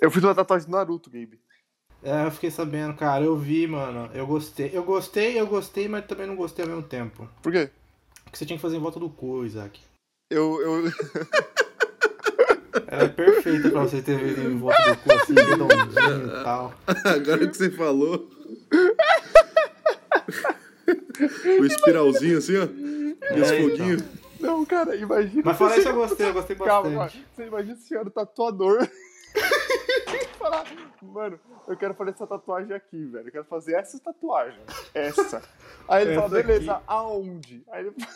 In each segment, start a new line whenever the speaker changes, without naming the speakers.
Eu fiz uma tatuagem do Naruto, Gabe.
É, eu fiquei sabendo, cara. Eu vi, mano. Eu gostei. Eu gostei, eu gostei, mas também não gostei ao mesmo tempo.
Por quê?
Porque você tinha que fazer em volta do cu, Isaac.
Eu. eu...
Era perfeito pra você ter vindo em volta do cu, assim, redondinho e tal.
Agora que você falou. o espiralzinho assim, ó. E os
É, então.
foguinhos.
Não, cara, imagina.
Mas fora
você-
isso, eu gostei, eu gostei
Calma,
bastante.
calma. Você imagina se eu era tatuador. Falar, mano, eu quero fazer essa tatuagem aqui, velho. Eu quero fazer essa tatuagem. Essa. Aí ele
Essa
fala,
aqui.
beleza, aonde? Aí, ele...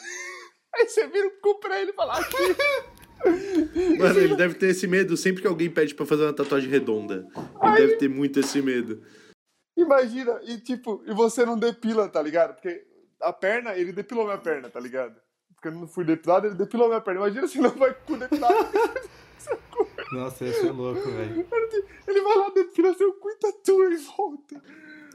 Aí você vira o cu pra ele e fala, aqui.
Mano, ele deve ter esse medo sempre que alguém pede pra fazer uma tatuagem redonda. Ele deve ter muito esse medo.
Imagina, e tipo, e você não depila, tá ligado? Porque a perna, ele depilou minha perna, tá ligado? Porque eu não fui depilado, ele depilou minha perna. Imagina se não vai com o depilado.
Nossa, isso é louco, velho.
ele vai lá, depila seu cu e tatua e volta.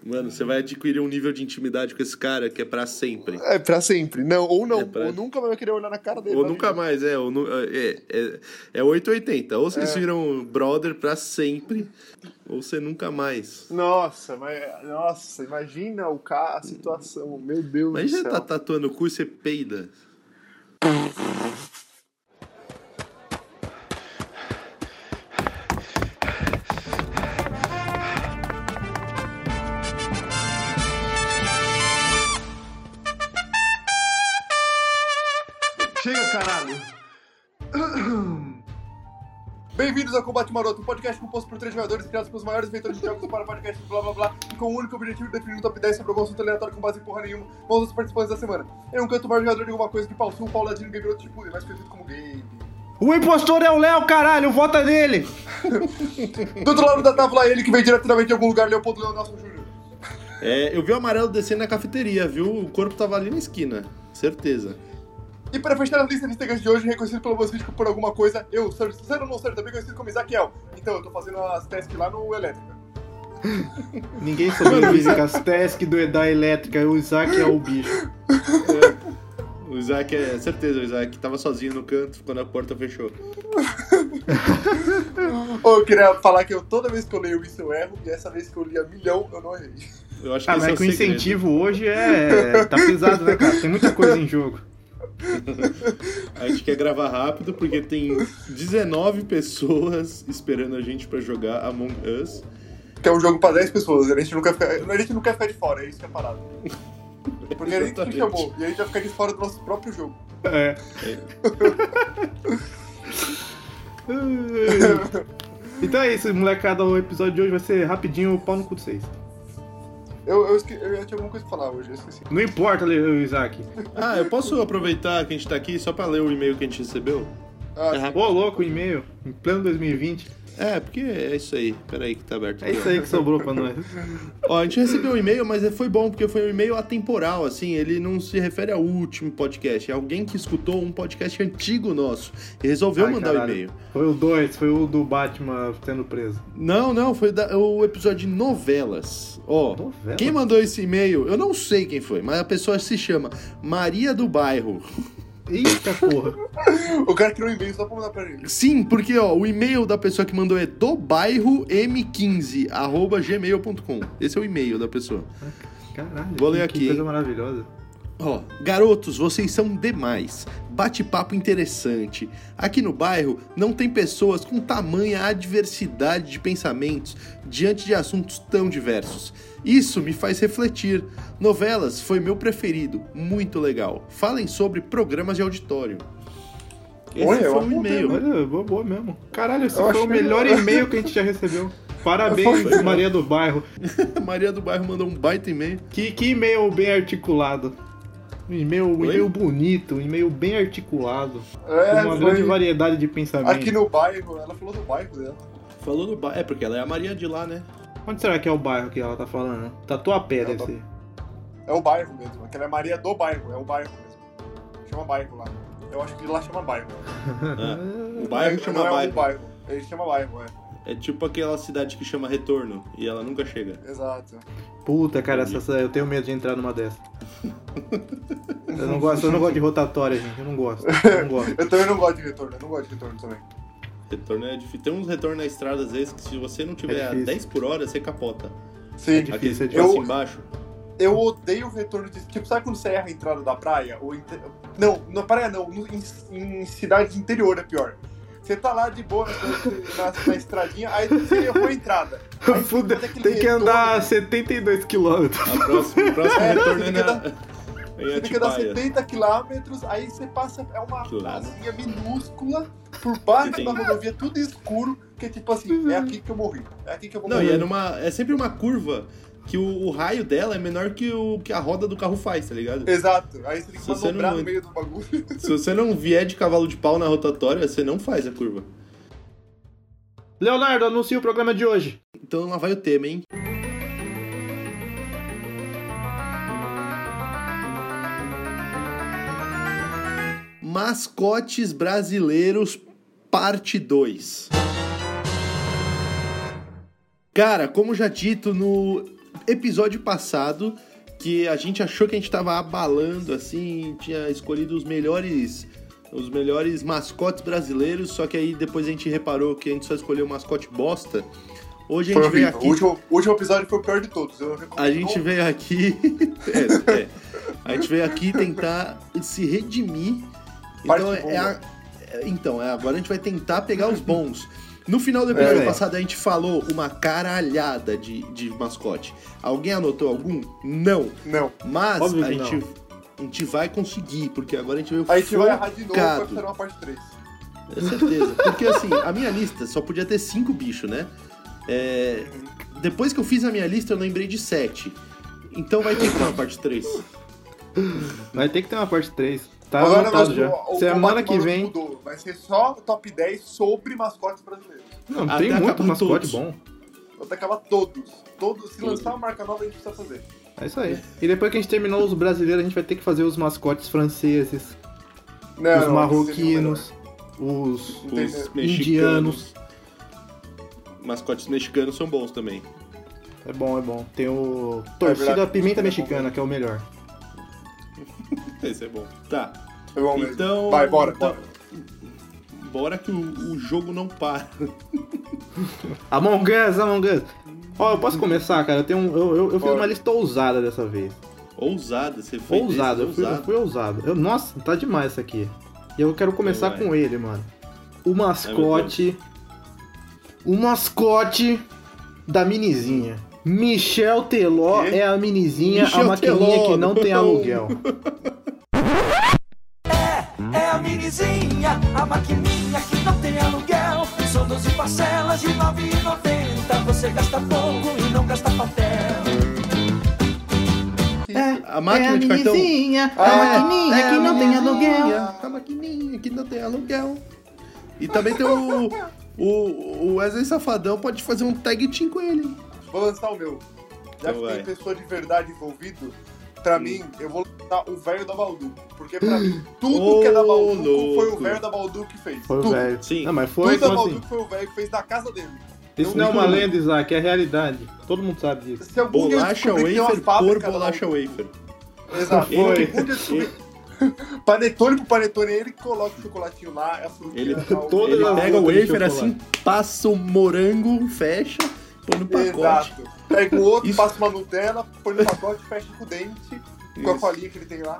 Mano, você vai adquirir um nível de intimidade com esse cara que é pra sempre.
É, pra sempre. Não, ou não.
É pra-
Ou nunca mais vai querer olhar na cara dele.
Ou
na
nunca
vida.
mais, é. Ou, nu- é, é, é 880. Ou vocês
É.
viram brother pra sempre, ou você nunca mais.
Nossa, mas, nossa, imagina o ca... a situação, meu Deus
Mas
do
já
céu.
tá tatuando o cu e você peida.
Chega, caralho. Bem-vindos ao Combate Maroto, um podcast composto por três jogadores criados pelos maiores inventores de jogos para podcast blá blá blá, e com o único objetivo de definir um top 10 sobre algum assunto aleatório com base em porra nenhuma, vamos os participantes da semana. Eu não canto mais jogador de alguma coisa que Paul Sul, Paulo Ladino, Gabriel Tribune, mais conhecido como Gabe.
O impostor é o Léo, caralho, vota nele!
Do outro lado da tábua, ele que vem diretamente de algum lugar, Leopoldo Leonardo Júnior.
É, eu vi o amarelo descendo na cafeteria, viu? O corpo tava ali na esquina. Certeza.
E para fechar a lista de integrantes de hoje, reconhecido pelo BuzzFeed por alguma coisa, eu, Sérgio César não Sérgio, também conhecido como Isaquiel. Então, eu tô fazendo as tasks lá no Elétrica.
Ninguém sobrevive com as tasks do Eda Elétrica, o Isaac é o bicho.
O Isaac, é certeza, o Isaac tava sozinho no canto quando a porta fechou.
Ô, Eu queria falar que eu, toda vez que eu leio isso eu erro, e essa vez que eu li a milhão eu não errei.
Eu acho que
Ah,
esse é
mas
o
que o
segredo.
incentivo hoje é. tá pesado, né, cara? Tem muita coisa em jogo.
A gente quer gravar rápido porque tem 19 pessoas esperando a gente pra jogar Among Us.
Que é um jogo pra 10 pessoas, a gente não quer ficar, a gente não quer ficar de fora, é isso que é parado. Porque a gente que
Exatamente.
chamou, e a gente vai ficar de fora do nosso próprio jogo.
É. então é isso, molecada. O episódio de hoje vai ser rapidinho o pau no cu de vocês.
Eu, eu, esque... eu tinha alguma coisa pra falar hoje, eu esqueci.
Não importa, Le- Isaac.
Ah, eu posso aproveitar que a gente tá aqui só pra ler o e-mail que a gente recebeu?
Ah,
É,
Ô, louco, e-mail. Em pleno 2020.
é, porque é isso aí. Peraí que tá aberto.
É
aqui, ó.
isso aí que sobrou pra nós.
Ó, a gente recebeu um e-mail, mas foi bom, porque foi um e-mail atemporal, assim, ele não se refere ao último podcast, é alguém que escutou um podcast antigo nosso e resolveu
Ai,
mandar o
caralho.
e-mail.
Foi o 2, foi o do Batman sendo preso.
Não, não, foi da- o episódio de novelas. Ó,
Novela?
quem mandou esse e-mail, eu não sei quem foi, mas a pessoa se chama Maria do Bairro.
Eita porra.
O cara criou um e-mail só pra mandar pra ele.
Sim, porque ó, o e-mail da pessoa que mandou é do bairro m15 arroba gmail.com. Esse é o e-mail da pessoa.
Caralho.
Vou
que-
ler
Que
aqui,
coisa
hein.
maravilhosa.
Ó, garotos, vocês são demais. Bate-papo interessante. Aqui no bairro não tem pessoas com tamanha adversidade de pensamentos diante de assuntos tão diversos. Isso me faz refletir. Novelas foi meu preferido, muito legal. Falem sobre programas de auditório. Esse
Olha,
foi um
eu né?
e-mail.
Olha, boa, boa mesmo. Caralho, esse
Eu
foi o
achei-
melhor e-mail que a gente já recebeu. Parabéns,
Foi.
Maria do Bairro.
Maria do Bairro mandou um baita e-mail.
Que, que e-mail bem articulado. Um e-mail, um
Oi?
e-mail bonito, um e-mail bem articulado.
É,
com uma
foi
grande variedade de pensamentos.
aqui no bairro, ela falou do bairro dela.
Falou do bairro. É porque ela é a Maria de lá, né?
Onde será que é o bairro que ela tá falando? Tatuapé, deve ser.
É o bairro mesmo, aquela é a Maria do bairro, é o bairro mesmo. Chama bairro lá. Eu acho que lá chama bairro.
O bairro
Não
chama
é
bairro.
um bairro. Ele chama bairro, é.
É tipo aquela cidade que chama Retorno e ela nunca chega.
Exato.
Puta, cara, essa- essa- eu tenho medo de entrar numa dessa. Eu não gosto, eu não gosto de rotatória, gente. Eu não gosto. Eu não gosto.
Eu também não gosto de retorno, eu não gosto de retorno também.
Retorno é difícil. Tem uns retornos na estrada, às vezes, que se você não tiver a
difícil.
10 por hora, você capota.
Sim.
Difícil,
Aqueles
é
que passa
difícil.
embaixo.
Eu odeio o retorno de. Tipo, sabe quando você erra a entrada da praia? Ou inte- Não, na praia não, no- em, em cidade de interior é pior. Você tá lá de boa na, na- na estradinha, aí você errou a entrada. Aí você
Fudeu,
faz aquele
Tem que
retorno,
andar 72 km.
A próxima, o próximo
É,
retorno é
tem que
na.
dar-
Em
Você tem que andar
Atibaia.
70 quilômetros, aí você passa. É uma
Que lado.
casinha minúscula por baixo
Entendi.
da rodovia, tudo escuro, que é tipo assim, é aqui que eu morri. É aqui que eu vou
Não,
morrer.
e é, numa, é sempre uma curva que o, o raio dela é menor que, o, que a roda do carro faz, tá ligado?
É. Exato. Aí você tem que
Se você
manobrar
não-
no meio do bagulho.
Se você não vier de cavalo de pau na rotatória, você não faz a curva.
Leonardo, anuncia o programa de hoje.
Então lá vai o tema, hein? Mascotes brasileiros, parte 2. Cara, como já dito no episódio passado, que a gente achou que a gente tava abalando assim, tinha escolhido os melhores os melhores mascotes brasileiros, só que aí depois a gente reparou que a gente só escolheu o mascote bosta. Hoje a gente
horrível.
veio
O
aqui
último, o último episódio foi o pior de todos. Eu recomendo
a gente
não-
veio aqui. é, é. A gente veio aqui tentar se redimir.
Parte né?
Então, é a-
boa.
é- então é, agora a gente vai tentar pegar os bons. No final do episódio
É.
passado, a gente falou uma caralhada de, de mascote. Alguém anotou algum? Não.
Não.
Mas
Óbvio
a
que
gente, a gente vai conseguir, porque agora a gente veio
Aí você vai errar de novo vai
focado.
fazer uma parte 3.
É certeza. Porque assim, a minha lista só podia ter cinco bichos, né? É, Depois que eu fiz a minha lista, eu lembrei de sete. Então vai ter que ter uma parte 3.
Vai ter que ter uma parte 3. Tá
Agora
anotado
nós,
já.
o- o
Semana
Mato
que
Mauro
vem.
Mudou. Vai ser só top 10 sobre mascotes brasileiros.
Não,
Até
tem muito
acabar
mascote
todos.
bom.
Vou até acabar todos. todos. Se
Todos.
lançar uma marca nova, a gente precisa fazer.
É isso aí. E depois que a gente terminou os brasileiros, a gente vai ter que fazer os mascotes franceses,
Não,
os
não,
marroquinos, os.
Entendeu?
Os mexicanos.
Indianos.
Mascotes mexicanos são bons também.
É bom, é bom. Tem o.
É
Torcida
verdade.
Pimenta Mexicana, que é o melhor.
Esse é bom. Tá.
Foi É bom mesmo.
Então.
Vai, bora,
então-
bora.
Bora que o, o jogo não para.
Among Us, Among Us. Ó, eu posso começar, cara? Eu, tenho um- eu, eu- eu fiz
Bora.
uma lista ousada dessa vez.
Ousada, você foi.
ousada, eu
desses,
fui, eu fui ousado. Eu- nossa, tá demais isso aqui. E eu quero começar
Vai, vai.
com ele, mano. O
É
mascote. o mascote da minizinha. Michel Teló
Quê?
é a minizinha,
Michel
a maquininha
Teló,
que não tem
não.
aluguel.
É a minizinha, a maquininha que não tem aluguel. São 12 parcelas de R$ 9,90. Você gasta pouco e não gasta papel.
É,
A máquina de cartão. é
Ah,
maquininha
a menininha, A Tá maquininha que não tem aluguel. E também tem o. O, o Wesley Safadão pode fazer um tag team com ele. hein?
Vou lançar o meu. Já
Então
que
vai.
tem pessoa de verdade envolvido, pra mim, eu vou lançar o velho da Baldu. Porque pra mim, tudo que é da
Ô,
Baldu foi o
louco.
velho da Baldu que fez.
Foi o
tudo.
velho.
sim.
Não, mas
Tudo
foi,
da
foi
Baldu
assim.
que foi o velho que fez na casa dele.
Isso não é uma
Tudo.
lenda, Isaac, é a realidade. Todo mundo sabe disso.
Se algum dia eu
Bolacha
descobrir que tem uma
wafer por
fábrica da
bolacha
Baldu-
wafer.
Exato.
Foi.
Ele podia descobrir. Panetone pro panetone, ele que coloca o chocolatinho lá, é a frutinha.
Ele-
tal,
Todas
Ele
as
pega o
gotas de
wafer assim,
chocolate.
passa o morango, fecha, põe no pacote.
Exato. Pega o outro,
Isso.
passa uma Nutella, põe no pacote, fecha com o dente, com a
Isso.
colinha que ele tem lá.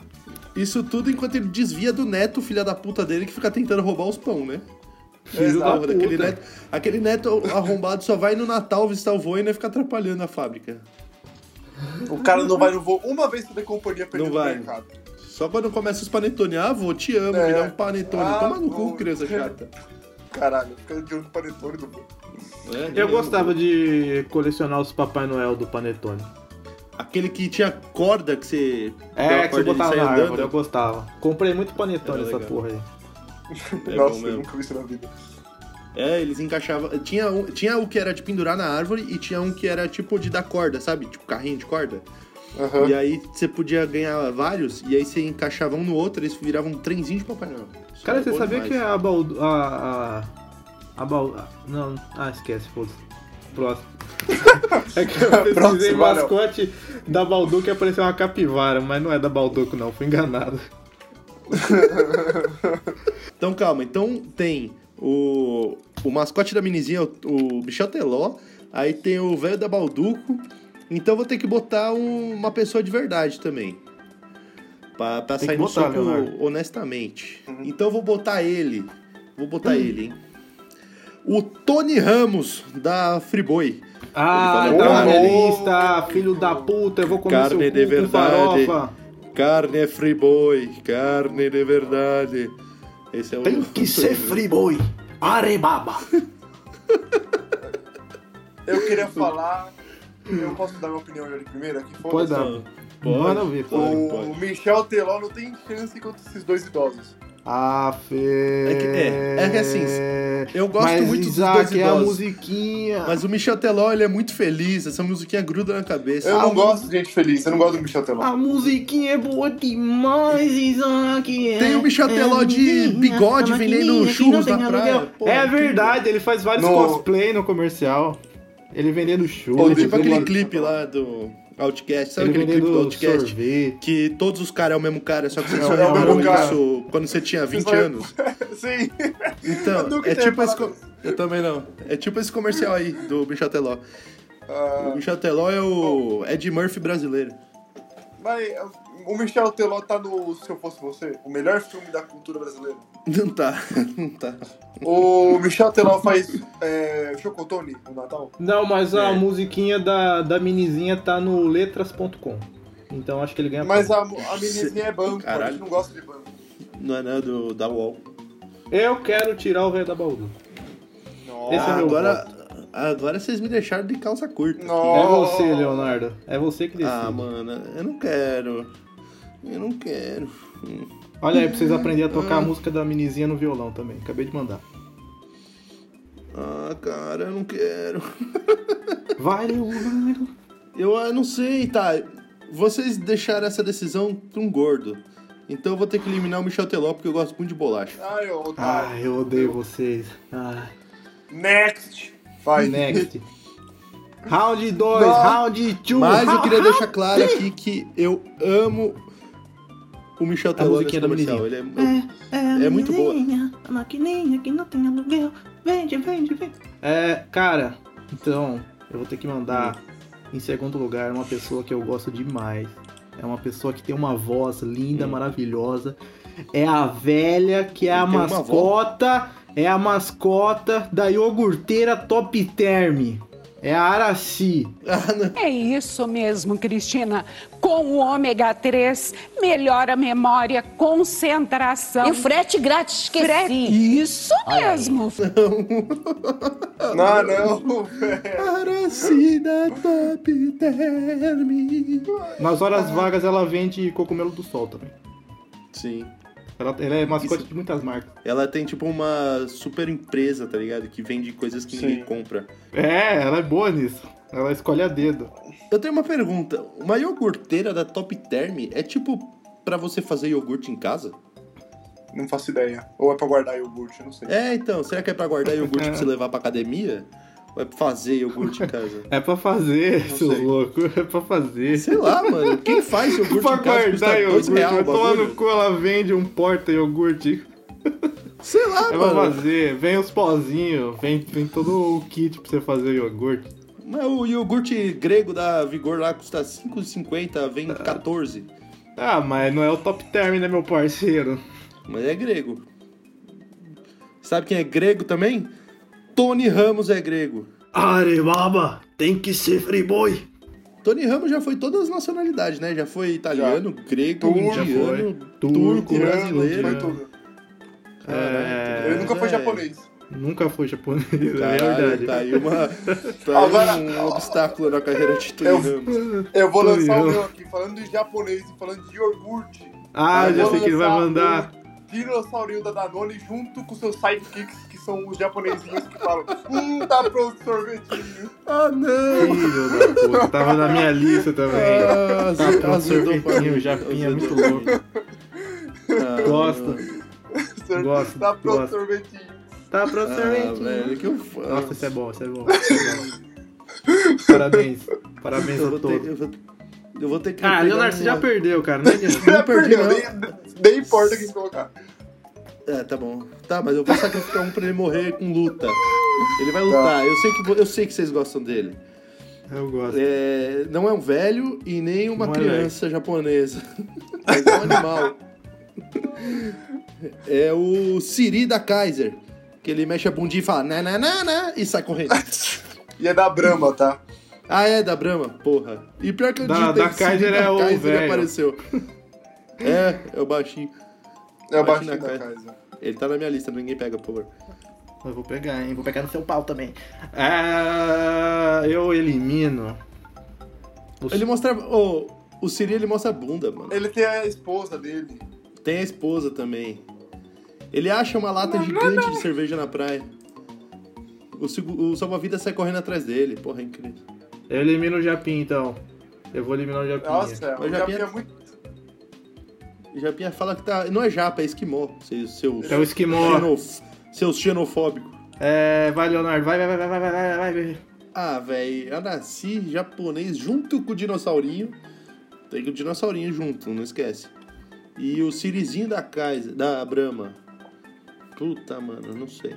Isso tudo enquanto ele desvia do neto, filha da puta dele, que fica tentando roubar os pão, né?
Filho da
Exato.
puta.
Aquele Tá, neto, aquele neto arrombado só vai no Natal visitar o vô e não fica atrapalhando a fábrica.
O cara não vai no voo uma vez que a companhia perdeu
Uhum. Não
no
vai.
mercado.
Só quando começa os panetone. Ah, vô, te amo,
É.
me dá um panetone.
Ah,
Toma no cu,
vô.
criança chata.
Caralho, ficando de olho no panetone do voo.
É,
Eu
né?
gostava de colecionar os Papai Noel do Panetone.
Aquele que tinha corda que você.
É, que você
corda e
botava
saia
na árvore, eu
andando.
gostava. Comprei muito panetone
Era
essa
legal.
porra aí.
É bom
Nossa, eu
mesmo.
nunca vi isso na vida.
É, eles encaixavam. Tinha, um- tinha o que era de pendurar na árvore e tinha um que era tipo de dar corda, sabe? Tipo carrinho de corda.
Aham.
E aí você podia ganhar vários, e aí você encaixava um no outro, eles viravam um trenzinho de Papai Noel. Isso
Cara,
era
você
bom
sabia que
demais.
a Baldu... A... A, a Bal- ah, Não, ah, esquece, foda-se. Próximo. é que eu pesquisei
Próximo, valeu.
mascote da Balduco e apareceu uma capivara, mas não é da Balduco não, fui enganado.
Então calma, então tem o. O mascote da minizinha é o, o Michel Teló. Aí tem o velho da Balduco. Então eu vou ter que botar um- uma pessoa de verdade também. Pra, pra
Tem que
sair no
botar,
soco
Leonardo. Uhum.
honestamente. Então eu vou botar ele. Vou botar
Hum.
ele, hein? O Tony Ramos, da Friboi.
Ah,
Ele falou,
tá na
"Carne".
minha lista, filho da puta, eu vou comer
Carne
seu cu
de
com
verdade.
farofa.
Carne é Friboi, carne de verdade. Esse é o.
Tem que ser friboi. Arebaba.
Eu queria falar. Eu posso dar minha opinião ali primeiro? Aqui fora.
Pode dar. Manda
Pode,
ver.
pode,
O
pode.
Michel Teló não tem chance contra esses dois idosos.
Ah, Fê.
É que- é, é que assim, Eu gosto
Mas
muito dos
Isaac,
dois
é a
idosos.
musiquinha.
Mas o Michel Teló, ele é muito feliz. Essa musiquinha gruda na cabeça.
Eu não gosto de gente feliz, eu não gosto do Michel Teló.
A musiquinha é boa demais, Isaac.
é.
Tem o Michel Teló
Hum,
de bigode vendendo churros na praia. Pô,
é verdade, ele faz vários
No-
cosplay no comercial. Ele vendendo
Pô,
É
churros.
tipo
Ele
aquele
vendendo-
clipe lá do Outcast. Sabe
ele
aquele clipe do
vendendo
Outcast?
sorvete.
Que todos os caras é o mesmo cara, só que você
É
só
o
reparou
mesmo cara.
isso quando você tinha 20
Você vai-
anos.
Sim.
Então,
Eu nunca
é
tinha
tipo esse.
reparado
co- Eu também não. É tipo esse comercial aí do Michel Teló.
Ah.
O Michel Teló é o Ed Murphy brasileiro.
Mas uh, o Michel Teló tá no Se Eu Fosse Você, o melhor filme da cultura brasileira.
Não tá, não tá.
O Michel Teló faz é, Chocotone no Natal.
Não, mas a
É.
musiquinha da, da minizinha tá no letras.com. Então acho que ele ganha.
Mas a, a menininha é banco, a
Caralho.
gente não gosta de banco.
Não é não, do, da UOL.
Eu quero tirar o velho da Baldu. Esse é
Ah,
meu
agora, agora vocês me deixaram de calça curta.
É
Nossa.
você, Leonardo. É você que decide.
Ah, mano, eu não quero. Eu não quero.
Olha aí pra vocês aprenderem a tocar a música da minizinha no violão também. Acabei de mandar.
Ah, cara, eu não quero.
Vai, Leonardo.
Eu, eu não sei, tá. Vocês deixaram essa decisão pra um gordo. Então eu vou ter que eliminar o Michel Teló porque eu gosto muito de bolacha.
Ai, ô otário.
Ai, Ah, eu odeio vocês. Ai. Ah.
Next. Ah, Vai.
Next. Round 2,
Não.
round 2.
Mas eu queria deixar claro aqui que eu amo o Michel Teló nesse
musiquinha da
comercial. Ele é, é, muito boa.
A maquininha que não tem aluguel. Vende, vende, vende.
É, cara, então, eu vou ter que mandar em segundo lugar uma pessoa que eu gosto demais. É uma pessoa que tem uma voz linda,
Hum.
maravilhosa. É a velha que é a
Ele tem uma
mascota, é a mascota da iogurteira Top Term. É a Araci.
Ah, não.
É isso mesmo, Cristina. Com o ômega 3, melhora a memória, concentração.
E o frete grátis, esqueci.
Frete. Isso mesmo.
Não, não, velho.
Aracida Top Term.
Nas horas vagas ela vende cogumelo do sol também.
Sim.
Ela, ela é mascote
Isso.
de muitas marcas.
Ela tem tipo uma super empresa, tá ligado? Que vende coisas que ninguém
Sim.
compra.
É, ela é boa nisso. Ela escolhe a dedo.
Eu tenho uma pergunta. Uma iogurteira da Top Term é tipo pra você fazer iogurte em casa?
Não faço ideia. Ou é pra guardar iogurte, eu não sei.
É, então. Será que é pra guardar iogurte pra você levar pra academia? Ou é pra fazer iogurte em casa?
É pra fazer,
Não
seu
sei.
louco. É pra fazer.
Sei lá, mano. Quem faz iogurte
pra
em casa custa
guardar
dois
iogurte,
reais
vai
o
tomar
bagulho?
no cu, ela vende um porta-iogurte.
Sei lá,
É pra
mano.
fazer, vem os pozinhos, vem, vem todo o kit pra você fazer o iogurte.
Mas o iogurte grego da Vigor lá custa 5,50, vem 14.
Ah, mas não é o top term, né, meu parceiro?
Mas é grego. Sabe quem é grego também? Tony Ramos é grego.
Arebaba. Tem que ser friboi.
Tony Ramos já foi todas as nacionalidades, né? Já foi italiano, grego,
Turco.
indiano,
Turco,
né?
né? É,
turco,
Irã,
brasileiro.
Foi tudo.
Caralho,
Ele nunca foi
é.
japonês.
Nunca foi japonês,
Caralho,
é verdade.
Tá aí, uma, tá aí
Agora-
um obstáculo na carreira de Tony
Eu-
Ramos.
Eu vou
Tô
lançar
eu.
o meu aqui, falando de japonês e falando de iogurte.
Ah,
Eu
já
vou
sei que ele vai
lançar
mandar.
o Dinossaurinho da Danone junto com seus sidekicks, que são os japonesinhos que falam Hum, tá pronto o sorvetinho.
Ah, não!
Filho da puta, tava na minha lista também.
Ah,
Tá
azedou
pronto,
pra
sorvetinho,
mim.
japinha,
Azedou
é muito
pra
louco.
mim.
Tá,
Ah,
Gosto.
Sor-
Gosto,
tá pronto o
gosto.
sorvetinho.
Tá pra
Ah,
sorvete.
velho, que eu faço?
Nossa, isso é bom, isso é bom. isso é bom. Parabéns. Parabéns
Eu
a
vou
todos.
ter, eu vou, eu vou ter que.
Ah,
pegar um
Leonardo, você já
uma-
perdeu, cara. Não adianta.
Eu não perdi,
Perdeu, nem, nem importa quem colocar.
É, tá bom. Tá, mas eu vou sacrificar um pra ele morrer com luta. Ele vai lutar. Eu sei que, vo- eu sei que vocês gostam dele.
Eu gosto.
É, não é um velho e nem uma
Não é
criança japonesa. Mas é um animal. É o Siri da Kaiser. Que ele mexe a bundinha e fala "Né, na na na na e sai correndo.
E é da Brahma, tá?
Ah, é, da Brahma, porra. E pior que eu
Da-
digitei
da
Siri
Kaiser é o velho.
apareceu. É, é o baixinho.
É o
Bate
baixinho
na
da
cara.
casa.
Ele tá na minha lista, ninguém pega, por favor.
Eu vou pegar, hein? Vou pegar no seu pau também. Ah, eu elimino. Os-
Ele mostra. ô, o Siri ele mostra a bunda, mano.
Ele tem a esposa dele.
Tem a esposa também. Ele acha uma lata gigante de cerveja na praia. O, segu- o salva-vida sai correndo atrás dele. Porra, é incrível.
Eu elimino o Japim, então. Eu vou eliminar o Japim.
Nossa,
Mas
o
já
Japinha
vi-
é muito.
E Japinha fala que tá. Não é japa, é esquimó. Seu, seu,
É o Esquimó.
xenof- seu xenofóbico.
É, vai, Leonardo. Vai, vai, vai, vai, vai, vai, vai, vai.
Ah, velho, eu nasci japonês junto com o dinossaurinho. Tem o dinossaurinho junto, não esquece. E o Sirizinho da Kaiser, da Brahma. Puta, mano, não sei.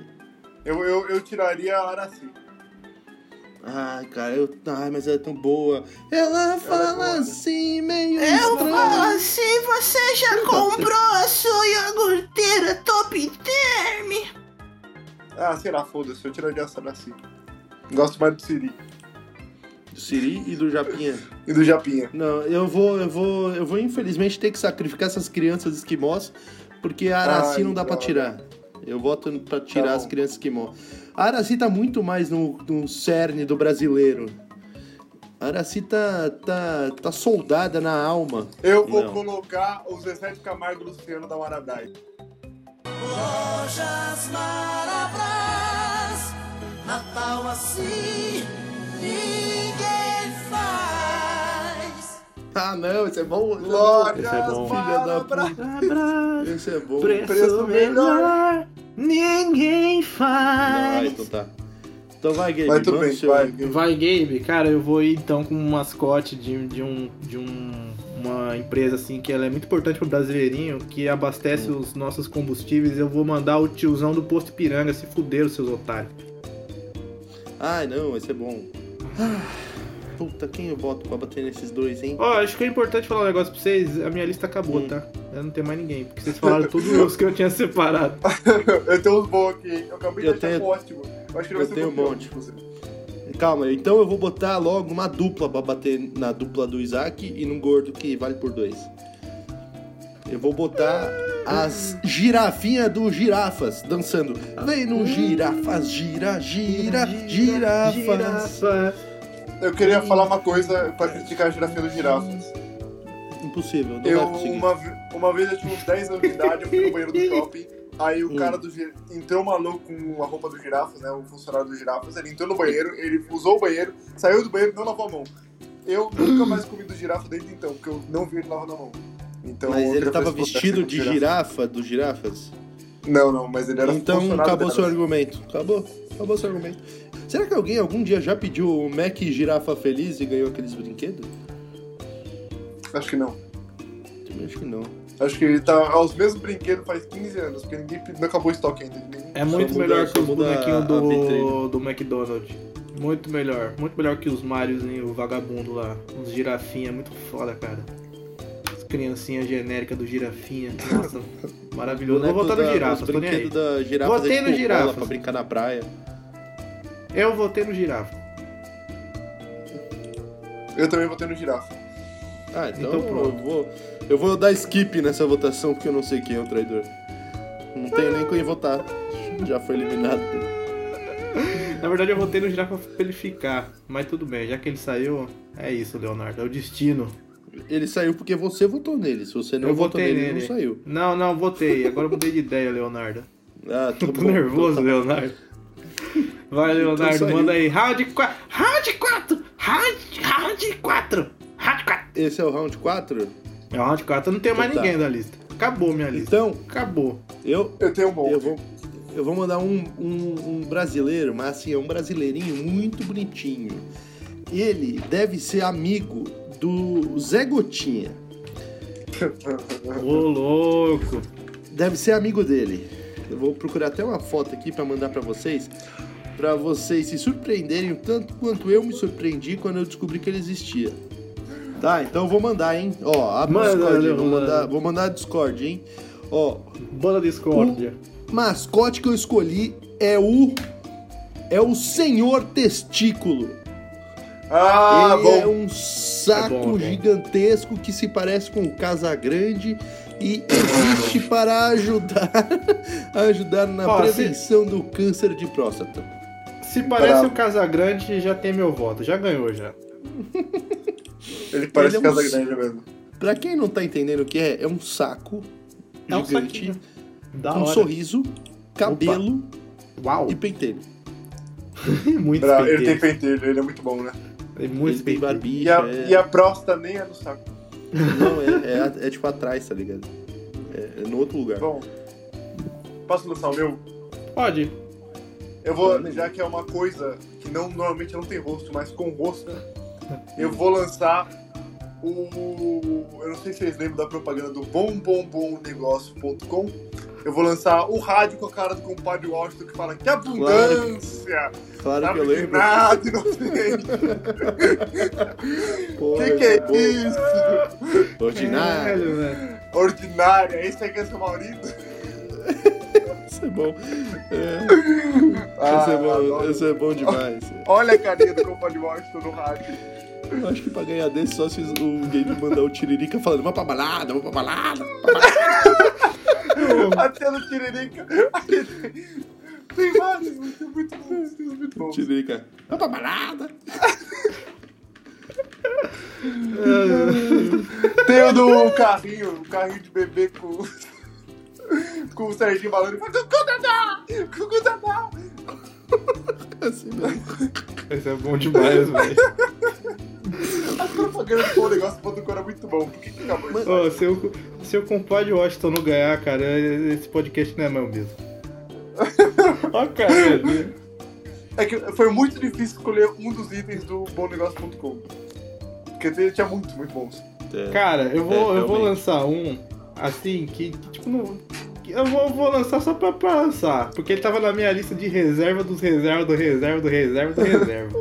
Eu, eu, eu tiraria a Araci.
Ai, cara, eu. Ai, mas ela é tão boa. Ela fala
boa.
assim, meio
é Eu
estranho.
falo assim, você já comprou a sua iogurteira top term?
Ah, será, foda-se, eu tiraria a Araci. Gosto mais do Siri
Do Siri e do Japinha.
e do Japinha.
Não, eu vou, eu vou, eu vou infelizmente ter que sacrificar essas crianças esquimós, porque a Araci
Ai,
não dá pra
droga.
tirar. Eu voto pra tirar
bom.
as crianças esquimó. A Araci tá muito mais no, no cerne do brasileiro. A Araci tá, tá, tá soldada na alma.
Eu vou
Não.
colocar o 17 Camargo e Luciano da Marabrai.
Lojas Marabras, Natal assim ninguém faz.
Ah, não, isso é bom. isso é bom.
Lojas
Esse é bom.
Filha da
Marabrai.
Abraço,
Isso é bom.
preço,
Preço melhor.
melhor. Ninguém
Ah,
faz.
então tá. Então vai, Gabe.
Vai, tudo
manda o
bem,
seu-
vai.
Vai, Gabe. Cara, eu vou ir então com um mascote de, de um. De um uma empresa assim que ela é muito importante pro brasileirinho, que abastece os nossos combustíveis, eu vou mandar o tiozão do posto Ipiranga se fuder os seus otários.
Ai, não, esse é bom. Ah, Puta, quem eu boto pra bater nesses dois, hein?
Ó, acho que é importante falar um negócio pra vocês, a minha lista acabou,
Hum.
tá? Eu não tenho mais ninguém, porque vocês falaram todos os que eu tinha separado.
Eu tenho uns bons aqui, hein? Eu acabei de
Eu
achar
tenho-
um ótimo. Eu acho que ele vai
eu
ser
tenho um
campeão.
monte. Calma, então eu vou botar logo uma dupla pra bater na dupla do Isaac e num gordo que vale por dois. Eu vou botar as girafinhas do girafas dançando. Vem no girafas, gira, gira, girafas.
Girafa.
Eu queria falar uma coisa pra criticar a girafinha do girafas.
Impossível, não
Eu,
vai conseguir.
uma, ve- uma vez eu tinha uns 10 anos de idade, eu fui no banheiro do shopping. Aí o
Hum.
cara do gi- entrou um maluco com a roupa do girafas, né? O funcionário do girafas. Ele entrou no banheiro, ele usou o banheiro, saiu do banheiro e não lavou a mão. Eu nunca mais comi do girafa desde então, porque eu não vi ele lavando a mão. Então, eu
Mas ele
queria
tava
fazer esse protesto
vestido
com
de
o
girafa do girafas?
Não, não, mas ele era
Então
funcionário
acabou
dela.
seu argumento. Acabou. Acabou seu argumento. Será que alguém algum dia já pediu o Mac Girafa Feliz e ganhou aqueles brinquedos?
Acho que não.
Também acho que não.
Acho que ele tá aos mesmos brinquedos faz 15 anos, porque ninguém pe- não acabou o estoque ainda. ninguém-
É muito
Só muda-
melhor
só
que os
muda a-
bonequinhos
a
do,
vitrine.
do McDonald's. Muito melhor. Muito melhor que os Marios e o vagabundo lá. Os girafinha, é muito foda, cara. As criancinhas genéricas do girafinha. Nossa, maravilhoso. Eu vou votar no
Os
girafas, tô nem aí.
brinquedos da girafa
Votei no girafas.
pra brincar na praia.
Eu votei no girafa.
Eu também votei no girafa.
Ah, então,
Então pronto.
eu vou. Eu vou dar skip nessa votação porque eu não sei quem é o traidor. Não tenho nem quem votar. Já foi eliminado.
Na verdade, eu votei no girafa pra ele ficar. Mas tudo bem, já que ele saiu, é isso, Leonardo. É o destino.
Ele saiu porque você votou nele. Se você não
Eu
votou
votei
nele, ele
nele.
não saiu.
Não, não, votei. Agora eu mudei de ideia, Leonardo.
Ah, tá Então
Tô
bom.
nervoso, Leonardo. Vai, Leonardo,
saiu.
manda aí. Round 4. Round 4. Round, round 4. Round 4.
Esse é o round 4?
É o round 4. Eu não tenho mais
Então tá.
ninguém da lista. Acabou minha lista.
Então,
Acabou.
eu,
Eu tenho um bom.
Eu vou, eu vou mandar um, um- um brasileiro, mas assim, é um brasileirinho muito bonitinho. Ele deve ser amigo do Zé Gotinha.
Ô, louco.
Deve ser amigo dele. Eu vou procurar até uma foto aqui pra mandar pra vocês, pra vocês se surpreenderem o tanto quanto eu me surpreendi quando eu descobri que ele existia. Tá, então eu vou mandar, hein? Ó, abre o
Manda,
Discord, hein? vou
manda.
mandar, vou mandar a Discord, hein? Ó,
Banda Discordia.
mascote que eu escolhi é o é o Senhor Testículo.
Ah,
Ele é
bom.
um saco
É bom, é bom.
gigantesco que se parece com um Casagrande e existe para ajudar ajudar na
Ó, se-
prevenção do câncer de próstata.
Se parece
Bravo.
o Casagrande, já tem meu voto. Já ganhou, já.
Ele parece
ele é um-
Casa Grande mesmo.
Pra quem não tá entendendo o que é, é um saco
É um
gigante
saquinho. Da
com
hora.
Um sorriso, cabelo
Uau.
e pentelho.
muito
Bra- Ele tem
pentelho.
pentelho, ele é muito bom, né?
Tem
Ele
muito
tem
pentelho.
E
barbicha,
a,
é-
e a próstata nem é no saco.
não, é, é- é tipo atrás, tá ligado? É, é no outro lugar.
Bom, posso lançar o meu?
Pode.
Eu vou, já que é uma coisa que não, normalmente não tem rosto, mas com rosto, eu vou lançar o. Eu não sei se vocês lembram da propaganda do bombombombonegócio.com. Eu vou lançar o rádio com a cara do compadre Washington que fala que abundância!
Claro
Tá
que eu lembro.
nada, inocente!
Pô,
que que é
boa.
isso?
Ordinário.
Caralho, velho. né?
Ordinária, esse aqui é seu Maurício?
Isso é bom. É,
Ah,
isso, é bom
adoro.
isso é bom demais.
Olha a carinha do compadre Washington no rádio.
Eu acho que pra ganhar desse, só se o game mandar o Tiririca falando, vamos pra balada, vamos pra balada.
Até no Tiririca. Tem vários, muito, muito bons, tem uns muito bons.
Tiririca, vamos pra balada.
Tem o do carrinho, o carrinho de bebê com. com o Serginho balando. Cucu Dadá! Cucu Dadá!
Assim mesmo.
Esse é bom demais, velho.
As propagandas do negócio do Ponto Cor é muito bom. Por que que acabou isso?
Ô, se, eu, se eu compadre Washington não ganhar, cara, esse podcast não é meu mesmo. Ó, cara. né?
É que foi muito difícil escolher um dos itens do bomnegócio.com. Porque ele tinha muitos, muito bons.
Cara, eu vou,
É,
eu vou
realmente.
lançar um, assim, que, que, tipo, não. que Eu vou, vou lançar só pra, pra lançar, porque ele tava na minha lista de reserva dos reserva do reserva do reserva do reserva.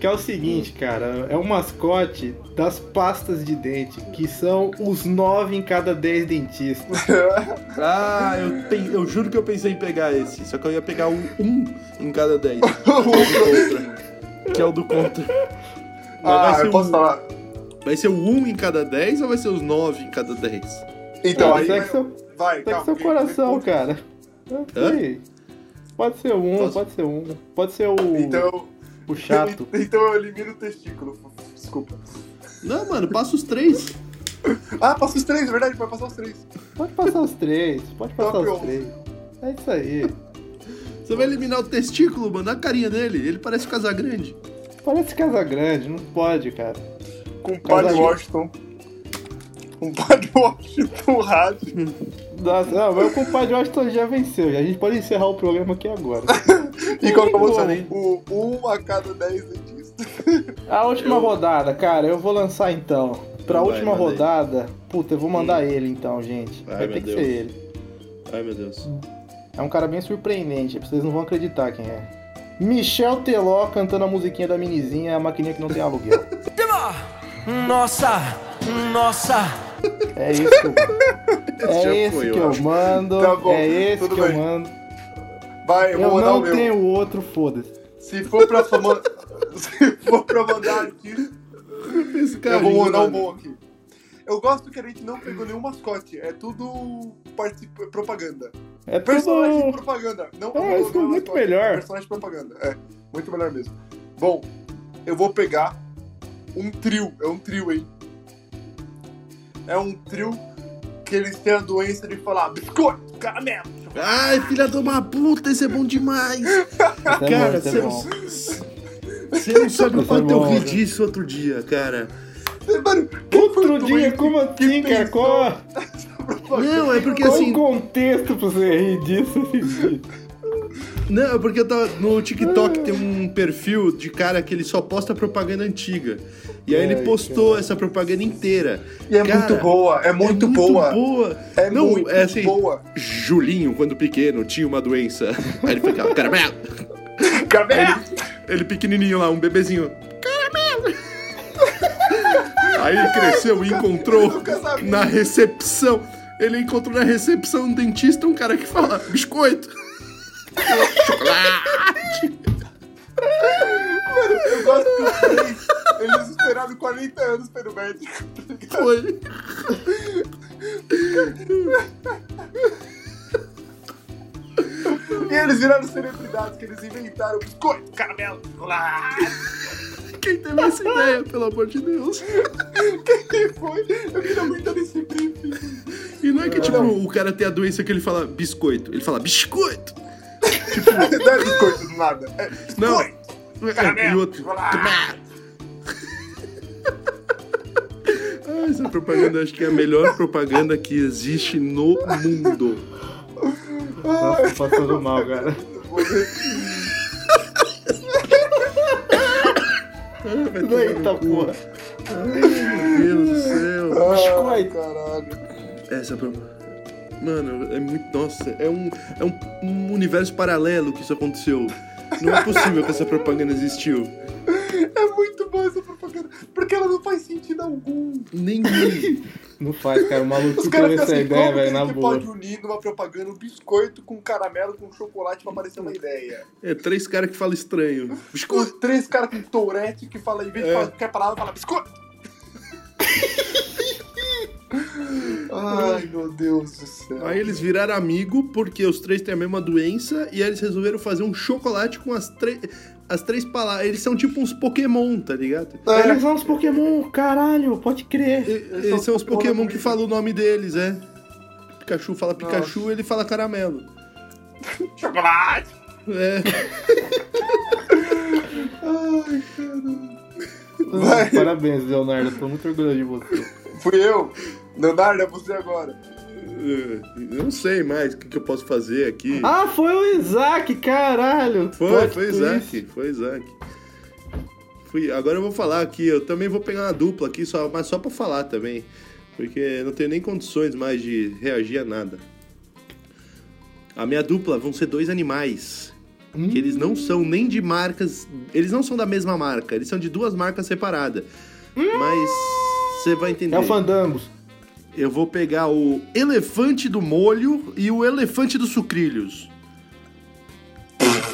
que é o seguinte, cara, é um mascote das pastas de dente, que são os nove em cada dez dentistas.
Ah, eu, pen- eu juro que eu pensei em pegar esse, só que eu ia pegar um, um em cada dez. que é o do contra. Mas
ah,
vai, ser
eu
um
posso
o-
falar.
vai ser o um em cada dez ou vai ser os nove em cada dez?
Então, aí.
Isso é que são-
Vai,
Tá com
calma. né?
seu coração,
porque-
cara. Não sei. Pode ser um,
Posso?
pode ser um. Pode ser o,
Então,
o chato.
então eu elimino o testículo. Desculpa.
Não, mano, passa os três.
Ah, passa os três, é verdade, vai passar os três.
Pode passar os três, pode passar
Top
os
onze.
três. É isso aí.
Você vai eliminar o testículo, mano, olha a carinha dele. Ele parece o Casagrande.
Parece Casa Grande, não pode, cara.
Com o Padre
Caralho.
Washington. Com o Padre Washington rádio.
Nossa, não, mas o compadre Washington já venceu. já. A gente pode encerrar o programa aqui agora.
E qual que eu vou
Não,
usar?
nem-
O um a cada dez dentistas.
A última rodada, cara, eu vou lançar então. Pra
Vai,
última
manda aí.
rodada, puta, eu vou mandar ele então, gente.
Ai,
Vai
meu
ter que
Deus.
ser ele.
Ai, meu Deus.
É um cara bem surpreendente, vocês não vão acreditar quem é. Michel Teló cantando a musiquinha da minizinha, a maquininha que não tem aluguel.
Nossa, nossa.
É isso que eu,
já
é esse
foi,
que
eu
eu
acho.
mando.
Tá bom,
é esse
tudo
que
bem.
eu mando.
Vai, eu,
Eu,
vou mandar o
não
meu.
tenho outro, foda-se.
Se for pra sua man- Se for pra mandar aqui,
Esse
eu
carinho,
vou mandar um
mano.
bom aqui. Eu gosto que a gente não pegou nenhum mascote, é tudo participa- propaganda.
É
Personagem
tudo.
propaganda. Não,
É,
não,
isso é
não
muito
mascote,
melhor.
Personagem propaganda. É, muito melhor mesmo. Bom, eu vou pegar um trio. É um trio, hein? É um trio que eles têm a doença de falar biscoito, caramelo.
Ai, filha de uma puta, esse é bom demais.
Isso é bom,
cara,
isso
você
é
não,
bom.
você não sabe o
Isso é
quanto eu
bom,
ri
né?
disso outro dia, cara.
Mano,
Outro dia, como assim, cara?
pensou?
Qual,
propaganda.
Não, é porque
qual
assim,
o contexto pra você rir disso? esse dia?
Não, é porque eu tava- no TikTok tem um perfil de cara que ele só posta propaganda antiga. E aí ele postou essa propaganda inteira.
É, E é
Cara,
muito boa, é muito, boa. É
Não,
muito
é assim,
boa.
Julinho, quando pequeno, tinha uma doença. Aí ele ficava, caramelo.
Cabelo.
Ele pequenininho lá, um bebezinho. Caramelo. Aí ele cresceu e encontrou
nunca sabia.
na recepção. Ele encontrou na recepção um dentista, um cara que fala biscoito. Chocolate.
Eu gosto que os três, eles esperaram 40 anos pelo médico. tá
Foi.
E eles viraram celebridades, que eles inventaram biscoito, caramelo, chocolate.
Quem teve essa ideia, pelo amor de Deus?
E foi, eu queria muito desse briefing.
E não é que, tipo, o cara tem a doença que ele fala biscoito. Ele fala biscoito.
Não é biscoito do nada. É biscoito.
Não. É, e
Caramelo.
outro. Tomá. Ah, essa propaganda acho que é a melhor propaganda que existe no mundo.
Nossa, tô passando mal, cara. Eita porra.
Meu Deus do céu.
Ai, Ah, caralho.
Essa propaganda. Mano, é muito. Nossa, é um, é um, um universo paralelo que isso aconteceu. Não é possível que essa propaganda existiu.
É muito boa essa propaganda, porque ela não faz sentido algum.
Ninguém.
Não faz, cara. O maluco
Os
teve
caras
essa
pensam assim,
ideia,
como
velho,
que
na
a gente
boa.
pode unir numa propaganda um biscoito com caramelo com chocolate pra parecer uma ideia?
É três caras que falam estranho.
Os três caras com tourette que falam, em vez de
É.
falar qualquer palavra, fala biscoito. Ai, meu Deus do céu.
Aí eles viraram amigo porque os três têm a mesma doença e aí eles resolveram fazer um chocolate com as três as três palavras. Eles são tipo uns Pokémon, tá ligado?
Eles
É,
são os Pokémon, caralho, pode
E-
crer.
Eles, são os Pokémon que falam o nome deles, é. Pikachu fala Pikachu, ele fala caramelo.
Chocolate!
É.
Vai.
Parabéns, Leonardo. Tô muito orgulhoso de você.
Fui eu. Leonardo, é você agora.
Eu não sei mais o que, que eu posso fazer aqui.
Ah, foi o Isaac, caralho.
foi,
Plot
foi
twist.
Isaac, foi Isaac. Fui, agora eu vou falar aqui, eu também vou pegar uma dupla aqui, só, mas só pra falar também. Porque eu não tenho nem condições mais de reagir a nada. A minha dupla vão ser dois animais. Que eles não são nem de marcas. Eles não são da mesma marca, eles são de duas marcas separadas. Mas você vai entender.
É o Fandangos.
Eu vou pegar o elefante do molho e o elefante dos sucrilhos.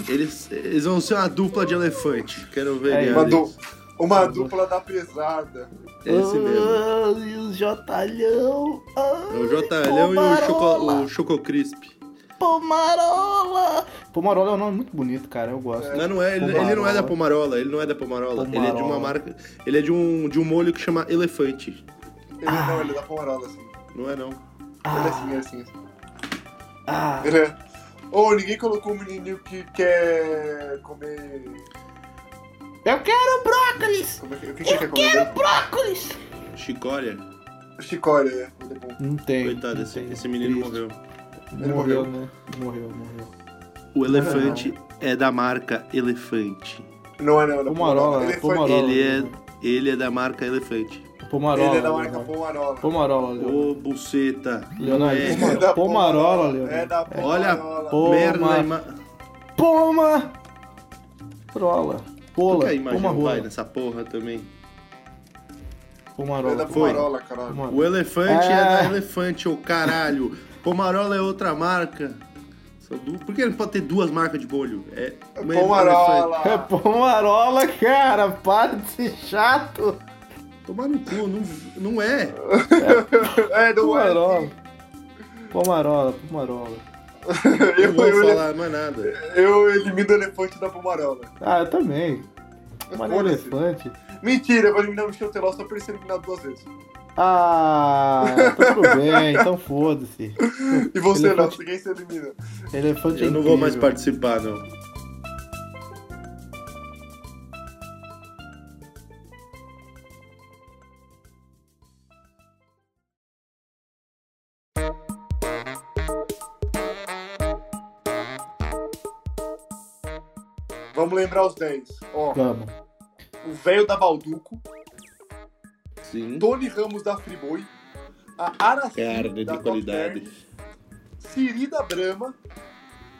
Eles, eles vão ser uma dupla de elefante. Quero ver.
É,
eles.
Uma, du- uma dupla da pesada.
É esse mesmo.
Ah, e o Jotalhão.
É
Ah,
o Jotalhão e o, choco,
Pomarola.
o Choco Crisp.
Pomarola. Pomarola é um nome muito bonito, cara. Eu gosto.
Não, não é, ele, ele não é da Pomarola, ele não é da Pomarola. Ele é de uma
Pomarola.
marca. Ele é de um, de um molho que chama elefante.
Ele não, ele dá pomarola assim.
Não é não.
Ele é assim, é assim. é assim.
Ah,
Ele é. Ô, ninguém colocou um menininho que quer comer.
eu quero
Brócolis!
Como é que, o que, que ele quer comer?
Brócolis!
Chicória.
Chicória, é. Ele é bom.
Não tem.
Coitado,
não
esse,
tem.
esse menino
Triste.
morreu.
Ele
morreu, né? Morreu, morreu.
O elefante é da marca Elefante.
Não é, não, não.
Pomarola,
Ele
né?
é
Pomarola.
Ele é, ele é da marca Elefante.
Pomarola.
Ele é da marca
Leonardo.
Pomarola.
Pomarola, Leonardo.
Ô, buceta.
Leonardo.
É.
É da
Pomarola, Pomarola,
É
Leonardo.
da
Olha,
Pomarola.
Pô,
merda.
mas-
Ima...
Poma! Rola. Pola.
Nunca é a imagem
Poma
do um pai
rola.
nessa porra também.
É da
Pomarola.
É Pomarola, caralho.
Pomarola.
O elefante é,
Ah.
da elefante, ô caralho. Pomarola é outra marca. São du- Por que não pode ter duas marcas de bolho? É uma elefante.
Pomarola!
É Pomarola, cara. Para de ser chato.
Tomar no cu, não, não é.
É, do
Pomarola. Pomarola, Pomarola.
Eu,
Não vou
eu, É
falar mais nada.
eu elimino o elefante da Pomarola.
Ah, eu também. Mas
Foda-se.
elefante.
Mentira, eu vou eliminar o Michel Teló só pra ele ser eliminado duas vezes.
Ah, tá tudo bem, então foda-se.
E
é
você não,
Elefante.
ninguém se elimina.
Elefante é
Eu não vou mais
incrível.
participar, não.
Vamos lembrar os 10. Ó,
Vamos.
o velho da Balduco,
Sim.
Tony Ramos da Friboi, a Aracide
Carne
da
de
Top
qualidade.
Term, Siri da Brahma,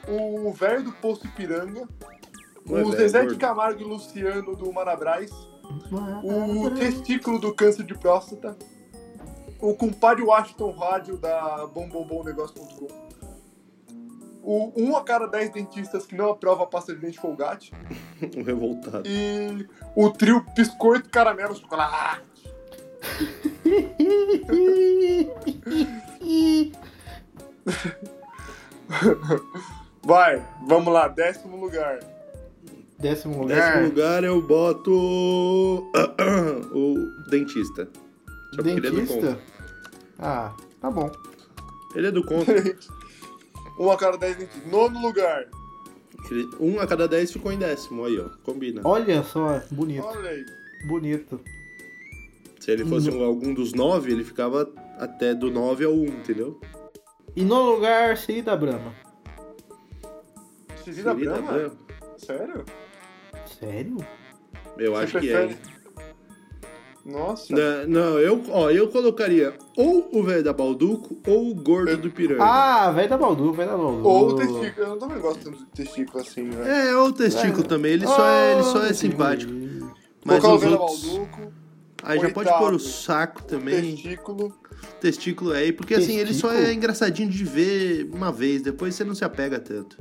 o velho do Posto Ipiranga,
Não é
o
velho,
Zezé de
gordo.
Camargo e Luciano do Marabras, o testículo do câncer de próstata, o compadre Washington Rádio da BomBomBomNegócio.com, o 1 a cada 10 dentistas que não aprova a pasta de dente Colgate
Um revoltado.
e o trio Biscoito Caramelo Chocolate. Vai, vamos lá, décimo lugar.
Décimo lugar.
Décimo lugar Ah, eu boto o dentista. Só porque ele é do contra.
Dentista? Ah, tá bom.
Ele é do contra.
1 a cada 10 dentistas. Nono lugar.
Ele- Um a cada dez ficou em décimo aí, ó. Combina.
Olha só, bonito,
Olha aí.
bonito.
Se ele fosse um- algum dos nove, ele ficava até do nove ao um, entendeu?
E no lugar, Siri da Brahma.
Cirida
Querida
Brahma?
Brahma.
Sério?
Sério?
Eu
Você
acho que é. hein?
Nossa.
Não, não, eu, ó, eu colocaria ou o velho da Balduco ou o gordo do piranha.
Ah, velho da Baldu, velho da Baldu.
Ou o testículo. Eu também gosto tanto de testículo assim, né?
É, ou o testículo também, ele só é, ele só é
Ah,
simpático. Mas
Colocar o
os
Vila
outros...
Balduco,
Aí já pode
Coitado.
pôr o saco também,
testículo.
testículo aí, porque assim, ele só é
Testículo?
engraçadinho de ver uma vez, depois você não se apega tanto.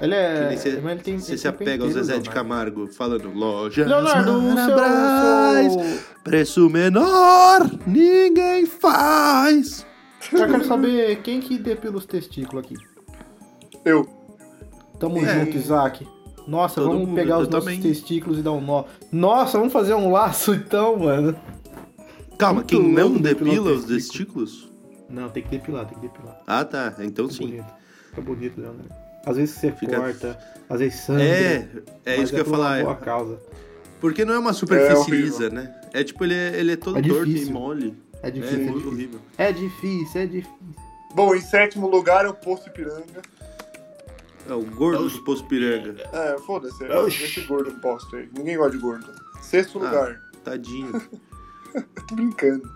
Ele
Que
é.
nem Você,
mas ele tem,
você
ele
se
tem
apega ao
penteiro,
Zezé de
Leonardo.
Camargo falando loja.
Leonardo, é um o seu-
Marabras, preço menor, ninguém faz.
seu- Eu quero saber quem que depila os testículos aqui.
Eu.
Tamo
É.
junto, Isaac. Nossa,
Todo
vamos
mundo,
pegar
eu
os nossos
também.
testículos e dar um nó. Nossa, vamos fazer um laço então, mano.
Calma,
Muito
quem não
louco
depila
depilar
os testículos?
Não, tem que depilar, tem que depilar.
Ah, tá, então
Fica
sim.
bonito. Fica bonito, Leonardo. Às vezes você
Fica-
corta, às vezes sangra.
É, é
mas
isso que eu ia
por uma
falar.
Boa
é-
causa.
Porque não é uma superfície
horrível.
lisa, né? É tipo, ele é, ele é todo
É
torto e
difícil.
mole.
É
É,
difícil.
muito horrível.
É difícil, é difícil.
Bom, em sétimo lugar é o Posto Ipiranga.
É o gordo do Poço Piranga.
É, foda-se. é Esse gordo no posto aí. Ninguém gosta de gordo. Sexto
Ah.
lugar.
Tadinho.
Eu tô brincando.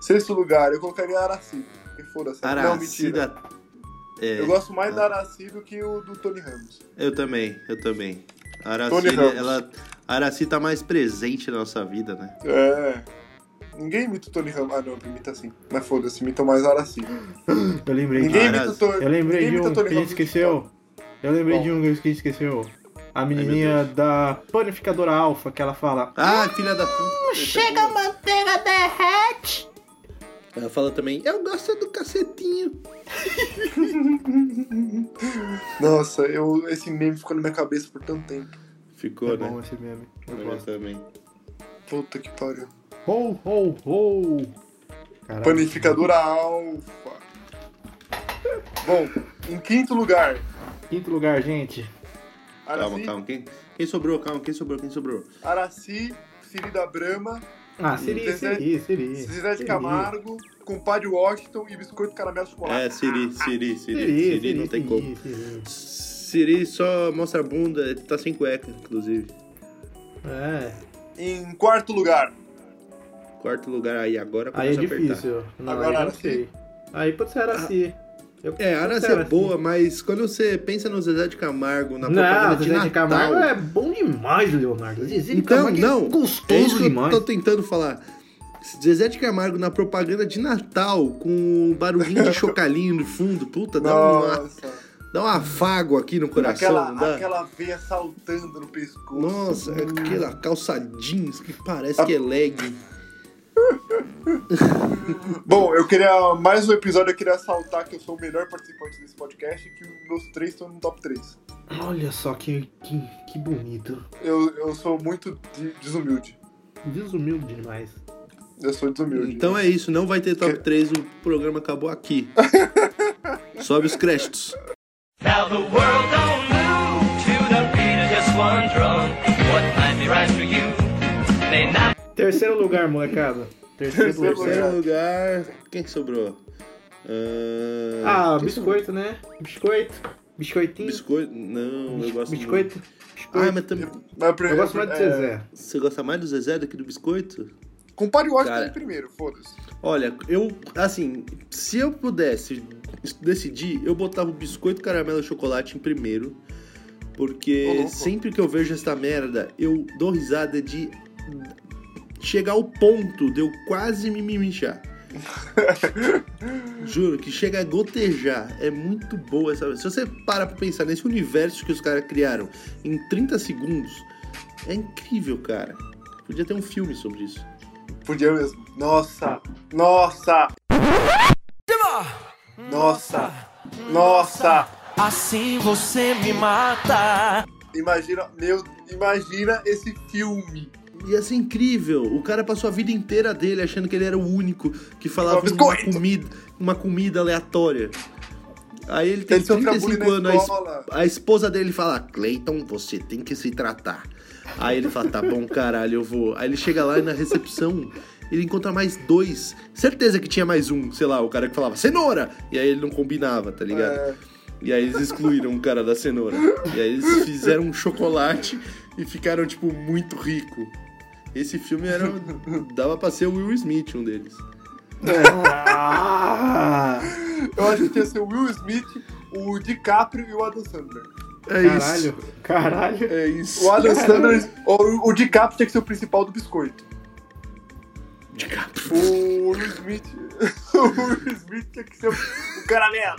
Sexto lugar, eu colocaria a Aracida. E foda-se. Não, mentira.
Aracida. É,
Eu
eu,
gosto mais
Ah.
da Araci do que o do Tony Ramos.
também, eu também. A
Tony
Aracida,
Ramos.
ela. a Araci tá mais presente na nossa vida, né?
É. Ninguém imita o Tony Ramos. Ah, não, imita assim. Mas foda-se, imitam mais a Araci.
Eu lembrei
Ninguém
de
imita o
Araci.
Tony
Eu lembrei
um ninguém
de
imita
um
o
que a
Tony
gente
Ramos.
esqueceu. Eu lembrei
Bom.
de um que a gente esqueceu. A
meu
menininha da panificadora alfa que ela fala.
Ah, filha da puta.
Hum, Chega a manteiga derrete.
Ela fala também, eu gosto do cacetinho.
Nossa, eu, esse meme ficou na minha cabeça por tanto tempo.
Ficou,
é
né?
bom esse meme. Eu
Eu
gosto.
também.
Puta que pariu.
Ho, ho, ho. Caralho.
Panificadora Alfa. Bom, em quinto lugar,
Quinto lugar, gente.
Araci,
Calma, calma. Quem, quem sobrou? Calma, quem sobrou? Quem sobrou?
Araci Siri da Brahma,
Ah, Siri,
Zezé-
Siri, Siri.
Zezé de
Siri.
Camargo, Compadre Washington e Biscoito Caramelo Chocolate.
É, Siri, Siri, Siri, Siri,
Ah, Siri,
não
Siri,
tem
Siri,
como.
Siri.
Siri só mostra a bunda, ele tá sem cueca, inclusive.
É.
Em quarto lugar,
Quarto lugar aí, agora
Aí é
começa a apertar.
difícil. Não,
Agora
aí eu não
Araci.
sei. Aí pode ser Araci. Eu-
É, a
pode
Arace
ser
é boa, mas quando você pensa no Zezé de Camargo, na
assim, Não,
propaganda
Zezé de
Natal,
Camargo é bom demais, Leonardo. Zezé de
Então,
Camargo
não,
é
É isso
gostoso
que eu
demais.
tô tentando falar. Zezé de Camargo na propaganda de Natal, com um barulhinho de chocalinho no fundo, puta, dá, uma,
nossa,
dá um afago aqui no coração, não
aquela,
dá?
aquela veia saltando no pescoço.
Nossa, aquela calça jeans que parece que é legging.
Bom, eu queria, mais um episódio, eu queria saltar que eu sou o melhor participante desse podcast e que os meus três estão no top 3.
Olha só que, que, que bonito.
Eu, eu sou muito de- desumilde.
Desumilde demais.
Eu sou desumilde.
Então é isso, não vai ter top
Que-
3, o programa acabou aqui. Sobe os créditos.
Now the world don't move to the beat of just one drum. What might be right for you may not
Terceiro lugar, molecada. Terceiro
Terceiro
lugar.
Terceiro lugar, quem sobrou? Ah,
Ah,
quem sobrou?
biscoito, Ah, né? Biscoito. Biscoitinho.
Biscoito? Não, eu gosto
biscoito.
muito. é. Ah,
biscoito.
mas também.
Mas é, eu,
eu gosto mais do Zezé.
Você gosta mais do Zezé do que do biscoito?
Compare o Washington
Cara.
em primeiro, foda-se.
Olha, eu, assim, se eu pudesse decidir, eu botava o biscoito, caramelo e chocolate em primeiro.
Ô,
Porque
louco.
sempre que eu vejo essa merda, eu dou risada de chegar ao ponto de eu quase me mijar. Juro que chega a gotejar. É muito boa essa. Se você para pra pensar nesse universo que os caras criaram em 30 segundos, é incrível, cara. Podia ter um filme sobre isso.
Podia mesmo. Nossa, nossa, nossa, nossa.
Assim você me mata.
Imagina, meu, imagina esse filme.
Ia ser incrível. O cara passou a vida inteira dele achando que ele era o único que falava
Falava
uma
biscoito.
comida, uma comida aleatória. Aí ele tem
Ele sofreu bullying
35 anos,
na
é a, es-
escola.
a esposa dele fala: Cleiton, você tem que se tratar. Aí ele fala: Tá bom, caralho, eu vou. Aí ele chega lá e na recepção ele encontra mais dois. Certeza que tinha mais um, sei lá, o cara que falava cenoura! E aí ele não combinava, tá ligado?
É.
E aí eles excluíram o cara da cenoura. E aí eles fizeram um chocolate e ficaram, tipo, muito rico. Esse filme era. dava pra ser o Will Smith, um deles.
Ah,
Eu acho que ia ser o Will Smith, o DiCaprio e o Adam Sandler.
É
caralho, caralho.
É isso.
O Adam Sandler, o, o DiCaprio tinha que ser o principal do biscoito.
DiCaprio.
O Will Smith, o Will Smith tinha que ser o, o caramelo.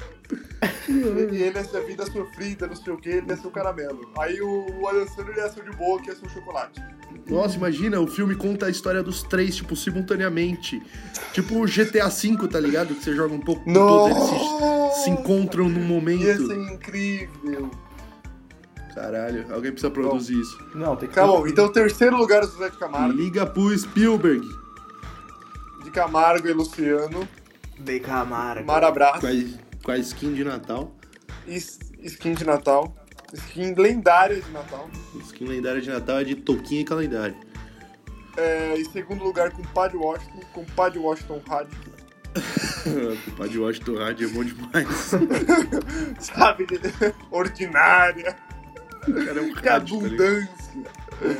E ele ia ser a vida sofrida, não sei o que, ele ia ser o caramelo. Aí o, o Adam Sandler ia ser o de boa, que ia ser o chocolate.
Nossa, imagina, o filme conta a história dos três, tipo, simultaneamente. Tipo o GTA V, tá ligado? Que você joga um pouco com todos eles se- se, encontram num
Ia ser
momento.
incrível.
Caralho, alguém precisa produzir isso.
Não, tem que
Tá bom, então terceiro lugar o José de Camargo,
Liga pro Spielberg.
de Camargo e Luciano,
De Camargo.
Mar Abraço
Com a- com a skin de Natal.
e s- skin de Natal. Skin lendária de Natal.
Skin lendária de Natal é de Toquinha e calendário.
É, em segundo lugar, com o Padre Washington, com o Padre Washington Rádio.
O Padre Washington Rádio é bom demais.
Sabe? Ordinária.
O cara é um
Que
rádio, tá ligado?
abundância.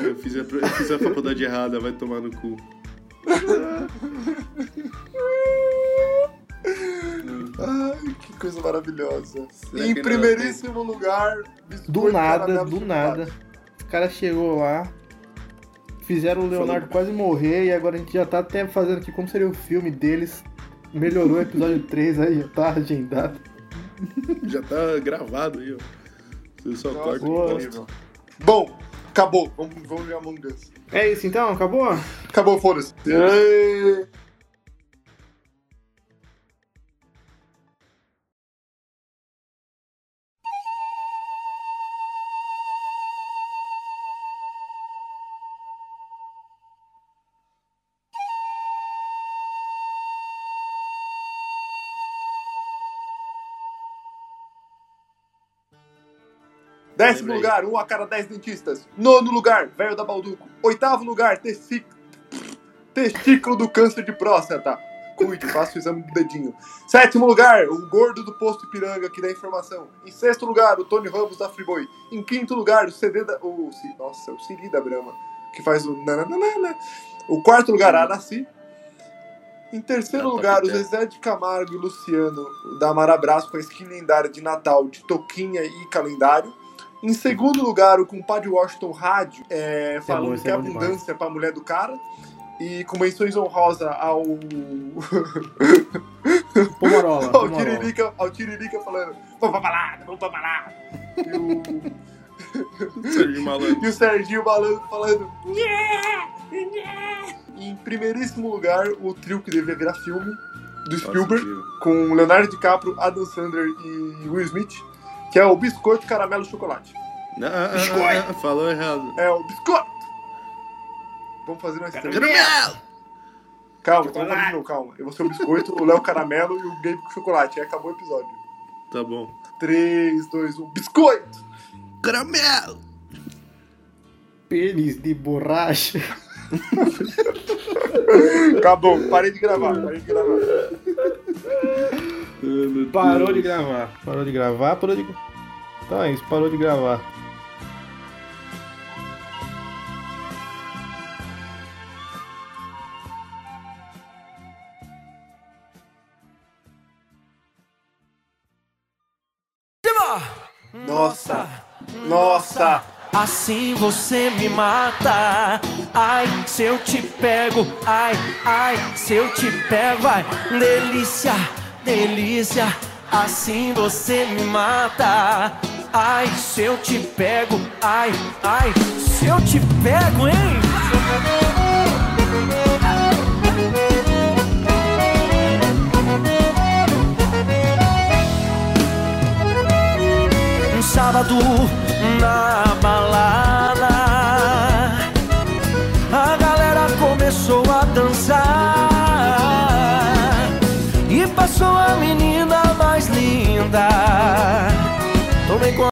eu, fiz a, eu fiz a faculdade errada, vai tomar no cu.
Ai, que coisa maravilhosa.
Será
em
que não é
primeiríssimo lugar, biscoito,
Do nada,
caramelo,
do
chocolate.
nada. O cara chegou lá, fizeram o Leonardo quase morrer e agora a gente já tá até fazendo aqui como seria o filme deles. Melhorou o episódio 3 aí, já tá agendado.
Já tá gravado aí, ó. Você só
Nossa,
corta e
boa.
posta.
Bom, acabou. Vamos, vamos ver Among Us.
É isso então, acabou?
Acabou, foda-se. Décimo
Lembrei.
lugar, um a cada dez dentistas. Nono lugar, velho da Balduco. Oitavo lugar, testículo, testículo do câncer de próstata. Cuide, faça o exame do dedinho. Sétimo lugar, o gordo do posto Ipiranga, que dá informação. Em sexto lugar, o Tony Ramos da Friboi. Em quinto lugar, o CD da... O, Ci- nossa, o Siri da Brahma, que faz o... nananana. O quarto lugar, a Anaci. Em terceiro
Ah, tá
lugar, o
né?
pintando.
Zezé de Camargo e Luciano da Marabras com a skin lendária de Natal, de Toquinha e Calendário. Em segundo lugar, o compadre Washington Rádio, é, falando
bom, isso
que
é
é
bom demais.
abundância pra mulher do cara. E com menções honrosa ao.
Pomarola.
ao,
Pomarola.
tiririca, ao Tiririca falando: vamos pra balada, vamos pra balada. E o,
Sérgio Malandro.
e o Serginho Malandro falando: "Nhé, nhé". Em primeiríssimo lugar, o trio que devia virar filme, do
Nossa,
Spielberg.
tio.
com Leonardo DiCaprio, Adam Sandler e Will Smith, que é o biscoito caramelo chocolate.
Ah, ah, ah, ah, falou errado.
É o biscoito! Vamos fazer nós três.
Caramelo!
Calma, calma, de novo, calma. Eu vou ser o biscoito, o Léo caramelo e o Gabe com chocolate. Aí acabou o episódio.
Tá bom.
3, 2, 1, biscoito!
Caramelo!
Pênis de borracha.
Acabou, parei de gravar, parei de gravar.
Ah, meu
Parou
Deus.
de gravar. Parou de gravar, parou de.
Tá, isso parou de gravar.
Nossa! Nossa!
Assim você me mata. Ai, se eu te pego, ai, ai, se eu te pego, ai, delícia, delícia. Assim você me mata. Ai, se eu te pego, ai, ai, se eu te pego, hein? um sábado na balada. A galera começou a dançar e passou a menina mais linda. Tomei